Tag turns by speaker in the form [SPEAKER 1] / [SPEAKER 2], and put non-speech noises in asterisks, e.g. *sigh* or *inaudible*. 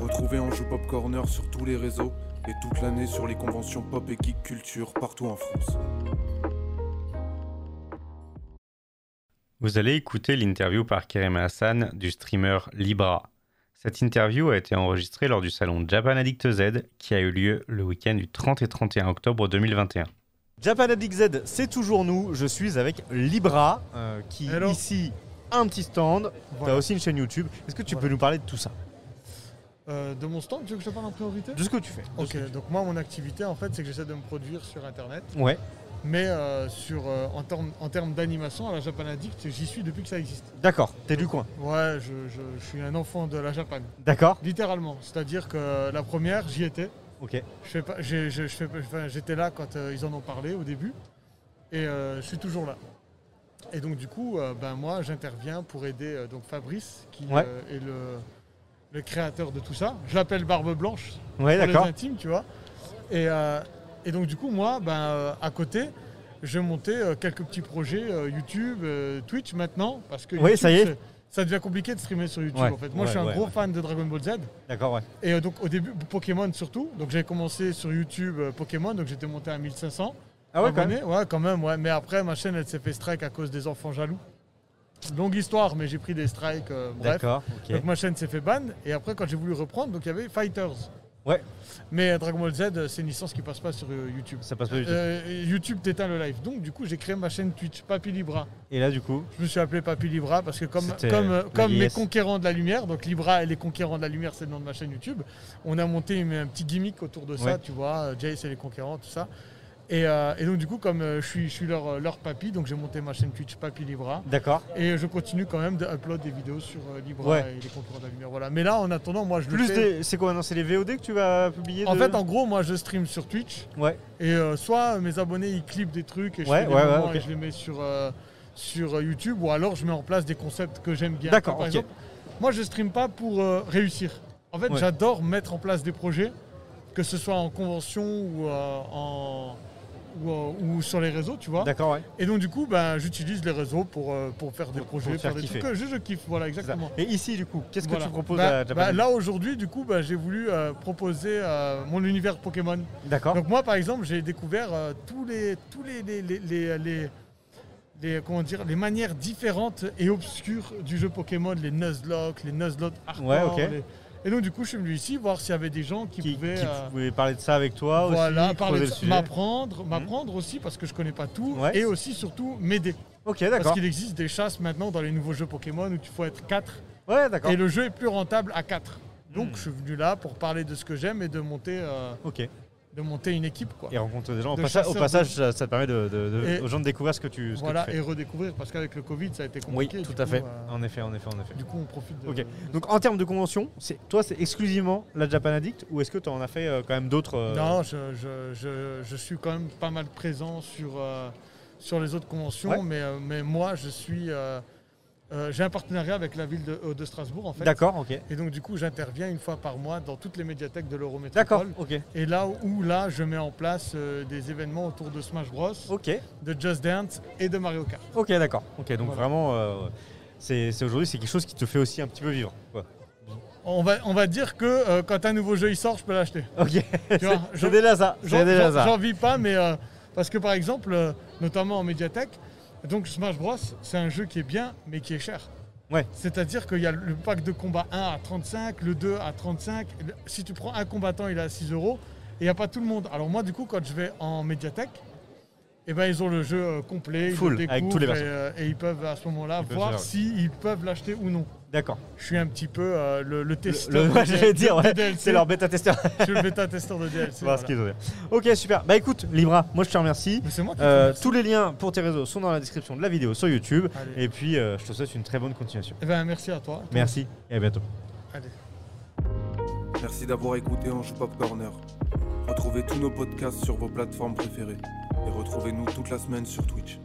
[SPEAKER 1] Retrouvez Anjou Pop Corner sur tous les réseaux et toute l'année sur les conventions pop et geek culture partout en France.
[SPEAKER 2] Vous allez écouter l'interview par Kerem Hassan du streamer Libra. Cette interview a été enregistrée lors du salon Japan Addict Z qui a eu lieu le week-end du 30 et 31 octobre 2021.
[SPEAKER 3] Japan Addict Z, c'est toujours nous. Je suis avec Libra, euh, qui
[SPEAKER 4] Hello.
[SPEAKER 3] ici a un petit stand. Tu as
[SPEAKER 4] Voilà.
[SPEAKER 3] aussi une chaîne YouTube. Est-ce que tu
[SPEAKER 4] Voilà.
[SPEAKER 3] peux nous parler de tout ça
[SPEAKER 4] Euh, de mon stand, tu veux que je te parle en priorité
[SPEAKER 3] De ce que tu fais de ce
[SPEAKER 4] Ok,
[SPEAKER 3] que tu
[SPEAKER 4] donc moi, mon activité, en fait, c'est que j'essaie de me produire sur Internet,
[SPEAKER 3] fais. Ouais,
[SPEAKER 4] mais euh, sur, euh, en termes en termes d'animation, à la Japan Addict, j'y suis depuis que ça existe.
[SPEAKER 3] d'accord. T'es du coin.
[SPEAKER 4] Ouais, je, je, je suis un enfant de la Japan,
[SPEAKER 3] D'accord.
[SPEAKER 4] littéralement. C'est-à-dire que la première, j'y étais.
[SPEAKER 3] Ok.
[SPEAKER 4] Je fais pas- j'ai- je- je fais pas- enfin, J'étais là quand euh, ils en ont parlé au début, et euh, je suis toujours là. Et donc, du coup, euh, ben, moi, j'interviens pour aider euh, donc Fabrice, qui
[SPEAKER 3] Ouais.
[SPEAKER 4] euh, est le, le créateur de tout ça. Je l'appelle Barbe Blanche,
[SPEAKER 3] Ouais,
[SPEAKER 4] pour
[SPEAKER 3] d'accord.
[SPEAKER 4] les intimes, tu vois. Et, euh, et donc, du coup, moi, ben, euh, à côté, je montais euh, quelques petits projets euh, YouTube, euh, Twitch maintenant, parce que
[SPEAKER 3] Oui,
[SPEAKER 4] YouTube,
[SPEAKER 3] ça y est.
[SPEAKER 4] c'est- ça devient compliqué de streamer sur YouTube,
[SPEAKER 3] Ouais,
[SPEAKER 4] en fait. Moi,
[SPEAKER 3] ouais,
[SPEAKER 4] je suis un
[SPEAKER 3] ouais,
[SPEAKER 4] gros
[SPEAKER 3] ouais.
[SPEAKER 4] fan de Dragon Ball Z.
[SPEAKER 3] D'accord, ouais.
[SPEAKER 4] Et euh, donc, au début, Pokémon surtout. Donc, j'ai commencé sur YouTube euh, Pokémon, donc j'étais monté à 1500.
[SPEAKER 3] Ah ouais, quand même.
[SPEAKER 4] abonnés. Ouais, quand même, ouais. Mais après, ma chaîne, elle s'est fait strike à cause des enfants jaloux. Longue histoire, mais j'ai pris des strikes, euh, bref.
[SPEAKER 3] D'accord, ok.
[SPEAKER 4] *laughs* Donc ma chaîne s'est fait ban et après quand j'ai voulu reprendre, donc il y avait Fighters.
[SPEAKER 3] Ouais.
[SPEAKER 4] Mais euh, Dragon Ball Z, euh, c'est une licence qui passe pas sur euh, YouTube.
[SPEAKER 3] Ça passe pas du tout.
[SPEAKER 4] Euh, YouTube t'éteint le live. Donc du coup j'ai créé ma chaîne Twitch, Papy Libra.
[SPEAKER 3] Et là, du coup,
[SPEAKER 4] Je me suis appelé Papy Libra parce que comme,
[SPEAKER 3] C'était
[SPEAKER 4] comme, euh,
[SPEAKER 3] la
[SPEAKER 4] comme mes
[SPEAKER 3] vieillesse.
[SPEAKER 4] conquérants de la lumière, donc Libra et les conquérants de la lumière, c'est le nom de ma chaîne YouTube, on a monté une- un petit gimmick autour de ça,
[SPEAKER 3] Ouais.
[SPEAKER 4] tu vois, euh, Jace et les conquérants, tout ça. Et, euh, et donc du coup, comme euh, je suis, je suis leur, euh, leur papy, donc j'ai monté ma chaîne Twitch Papy Libra.
[SPEAKER 3] d'accord.
[SPEAKER 4] Et je continue quand même d'upload des vidéos sur euh, Libra
[SPEAKER 3] Ouais.
[SPEAKER 4] et les concours de la lumière. Voilà. Mais là, en attendant, moi, je le
[SPEAKER 3] Plus
[SPEAKER 4] fais-
[SPEAKER 3] des. C'est quoi Non, c'est les VOD que tu vas publier
[SPEAKER 4] En
[SPEAKER 3] de-
[SPEAKER 4] fait, en gros, moi, je stream sur Twitch.
[SPEAKER 3] Ouais.
[SPEAKER 4] Et euh, soit mes abonnés, ils clipent des trucs et je,
[SPEAKER 3] Ouais,
[SPEAKER 4] fais des
[SPEAKER 3] ouais, ouais,
[SPEAKER 4] moments
[SPEAKER 3] ok.
[SPEAKER 4] et je les mets sur, euh, sur euh, YouTube. Ou alors, je mets en place des concepts que j'aime bien.
[SPEAKER 3] D'accord,
[SPEAKER 4] Par
[SPEAKER 3] ok.
[SPEAKER 4] exemple, moi, je stream pas pour euh, réussir. En fait,
[SPEAKER 3] Ouais.
[SPEAKER 4] j'adore mettre en place des projets, que ce soit en convention ou, euh, en, ou, euh, ou sur les réseaux, tu vois.
[SPEAKER 3] D'accord, ouais.
[SPEAKER 4] Et donc, du coup, ben, j'utilise les réseaux pour, euh, pour faire des
[SPEAKER 3] Pour- pour
[SPEAKER 4] projets,
[SPEAKER 3] faire
[SPEAKER 4] faire des trucs
[SPEAKER 3] kiffer.
[SPEAKER 4] que je, je kiffe. Voilà,
[SPEAKER 3] c'est ça.
[SPEAKER 4] exactement.
[SPEAKER 3] Et ici, du coup, qu'est-ce
[SPEAKER 4] Voilà.
[SPEAKER 3] que tu proposes
[SPEAKER 4] Bah-
[SPEAKER 3] à Japan
[SPEAKER 4] bah, Là aujourd'hui, du coup, bah, j'ai voulu euh, proposer euh, mon univers Pokémon.
[SPEAKER 3] D'accord.
[SPEAKER 4] Donc moi, par exemple, j'ai découvert euh, tous les, tous les, les, les, les- les- les- comment dire, les manières différentes et obscures du jeu Pokémon, les Nuzlocke, les Nuzlocke hardcore.
[SPEAKER 3] Ouais, ok.
[SPEAKER 4] les- Et donc du coup, je suis venu ici voir s'il y avait des gens qui,
[SPEAKER 3] Qui,
[SPEAKER 4] pouvaient
[SPEAKER 3] qui
[SPEAKER 4] euh,
[SPEAKER 3] pouvait parler de ça avec toi
[SPEAKER 4] voilà,
[SPEAKER 3] aussi,
[SPEAKER 4] parler de
[SPEAKER 3] creuser le sujet.
[SPEAKER 4] ça, Bah,
[SPEAKER 3] Mmh.
[SPEAKER 4] m'apprendre, m'apprendre aussi parce que je connais pas tout
[SPEAKER 3] Ouais.
[SPEAKER 4] et aussi surtout m'aider
[SPEAKER 3] Ok,
[SPEAKER 4] parce
[SPEAKER 3] d'accord.
[SPEAKER 4] qu'il existe des chasses maintenant dans les nouveaux jeux Pokémon où il faut être 4
[SPEAKER 3] Ouais, d'accord.
[SPEAKER 4] et le jeu est plus rentable à 4. Donc
[SPEAKER 3] Hmm.
[SPEAKER 4] je suis venu là pour parler de ce que j'aime et de monter, euh,
[SPEAKER 3] Ok.
[SPEAKER 4] de monter une équipe. Quoi.
[SPEAKER 3] Et rencontrer des gens. Au,
[SPEAKER 4] De
[SPEAKER 3] passa-
[SPEAKER 4] chasseurs
[SPEAKER 3] au
[SPEAKER 4] de-
[SPEAKER 3] passage, ça, ça te permet de, de- de-
[SPEAKER 4] Et-
[SPEAKER 3] aux gens de découvrir ce que tu, ce que
[SPEAKER 4] voilà,
[SPEAKER 3] tu fais.
[SPEAKER 4] et redécouvrir parce qu'avec le Covid ça a été
[SPEAKER 3] Oui,
[SPEAKER 4] compliqué.
[SPEAKER 3] tout
[SPEAKER 4] du
[SPEAKER 3] à
[SPEAKER 4] coup,
[SPEAKER 3] fait.
[SPEAKER 4] euh,
[SPEAKER 3] En effet, en effet, en effet.
[SPEAKER 4] du coup on profite de.
[SPEAKER 3] Ok.
[SPEAKER 4] de-
[SPEAKER 3] Donc en termes de convention, c'est toi c'est exclusivement la Japan Addict ou est-ce que tu en as fait euh, quand même d'autres euh,
[SPEAKER 4] Non, je, je- je- je suis quand même pas mal présent sur, euh, sur les autres conventions,
[SPEAKER 3] Ouais.
[SPEAKER 4] mais, euh, mais moi je suis. euh, euh, j'ai un partenariat avec la ville de, euh, de Strasbourg en fait.
[SPEAKER 3] D'accord, ok.
[SPEAKER 4] Et donc du coup j'interviens une fois par mois dans toutes les médiathèques de
[SPEAKER 3] D'accord,
[SPEAKER 4] l'Eurométropole.
[SPEAKER 3] ok.
[SPEAKER 4] Et là où là je mets en place euh, des événements autour de Smash Bros.
[SPEAKER 3] Ok,
[SPEAKER 4] de Just Dance et de Mario Kart.
[SPEAKER 3] ok, d'accord. Ok, donc
[SPEAKER 4] Voilà.
[SPEAKER 3] vraiment, euh, c'est c'est aujourd'hui, c'est quelque chose qui te fait aussi un petit peu vivre. quoi.
[SPEAKER 4] On va, on va dire que euh, quand un nouveau jeu il sort, je peux l'acheter.
[SPEAKER 3] Ok,
[SPEAKER 4] Tu vois,
[SPEAKER 3] *laughs* c'est
[SPEAKER 4] j'en-
[SPEAKER 3] c'est déjà ça.
[SPEAKER 4] J'en
[SPEAKER 3] C'est déjà
[SPEAKER 4] j'en-
[SPEAKER 3] ça.
[SPEAKER 4] j'en vis pas, mais euh, parce que par exemple, euh, notamment en médiathèque, donc Smash Bros, c'est un jeu qui est bien, mais qui est cher.
[SPEAKER 3] Ouais.
[SPEAKER 4] C'est-à-dire qu'il y a le pack de combat 1 à 35, le 2 à 35. Le- Si tu prends un combattant, il est à 6 euros. Et il n'y a pas tout le monde. Alors moi, du coup, quand je vais en médiathèque, eh ben, ils ont le jeu euh, complet, ils
[SPEAKER 3] Full,
[SPEAKER 4] le
[SPEAKER 3] avec
[SPEAKER 4] découvrent
[SPEAKER 3] tous les
[SPEAKER 4] et,
[SPEAKER 3] versions.
[SPEAKER 4] euh, et ils peuvent à ce moment-là
[SPEAKER 3] Ils peuvent
[SPEAKER 4] voir
[SPEAKER 3] faire,
[SPEAKER 4] s'ils peuvent l'acheter ou non.
[SPEAKER 3] D'accord.
[SPEAKER 4] Je suis un petit peu euh, le, le
[SPEAKER 3] Le-
[SPEAKER 4] testeur.
[SPEAKER 3] le-
[SPEAKER 4] de-
[SPEAKER 3] j'allais dire,
[SPEAKER 4] de-
[SPEAKER 3] *laughs*
[SPEAKER 4] de *laughs*
[SPEAKER 3] ouais,
[SPEAKER 4] DLC.
[SPEAKER 3] C'est leur bêta-testeur. *laughs*
[SPEAKER 4] Je suis le bêta testeur de DLC.
[SPEAKER 3] Voir ce
[SPEAKER 4] voilà.
[SPEAKER 3] qu'ils ont fait. Ok, super. Bah écoute, Libra, moi je te remercie.
[SPEAKER 4] Mais c'est moi qui
[SPEAKER 3] Euh,
[SPEAKER 4] fais
[SPEAKER 3] tous les liens pour tes réseaux sont dans la description de la vidéo sur YouTube.
[SPEAKER 4] ça. Allez.
[SPEAKER 3] Et puis, euh, je te souhaite une très bonne continuation.
[SPEAKER 4] Eh ben, merci à toi.
[SPEAKER 3] Merci et à bientôt.
[SPEAKER 4] Allez.
[SPEAKER 1] Merci d'avoir écouté Anjou Pop Corner. Retrouvez tous nos podcasts sur vos plateformes préférées et retrouvez-nous toute la semaine sur Twitch.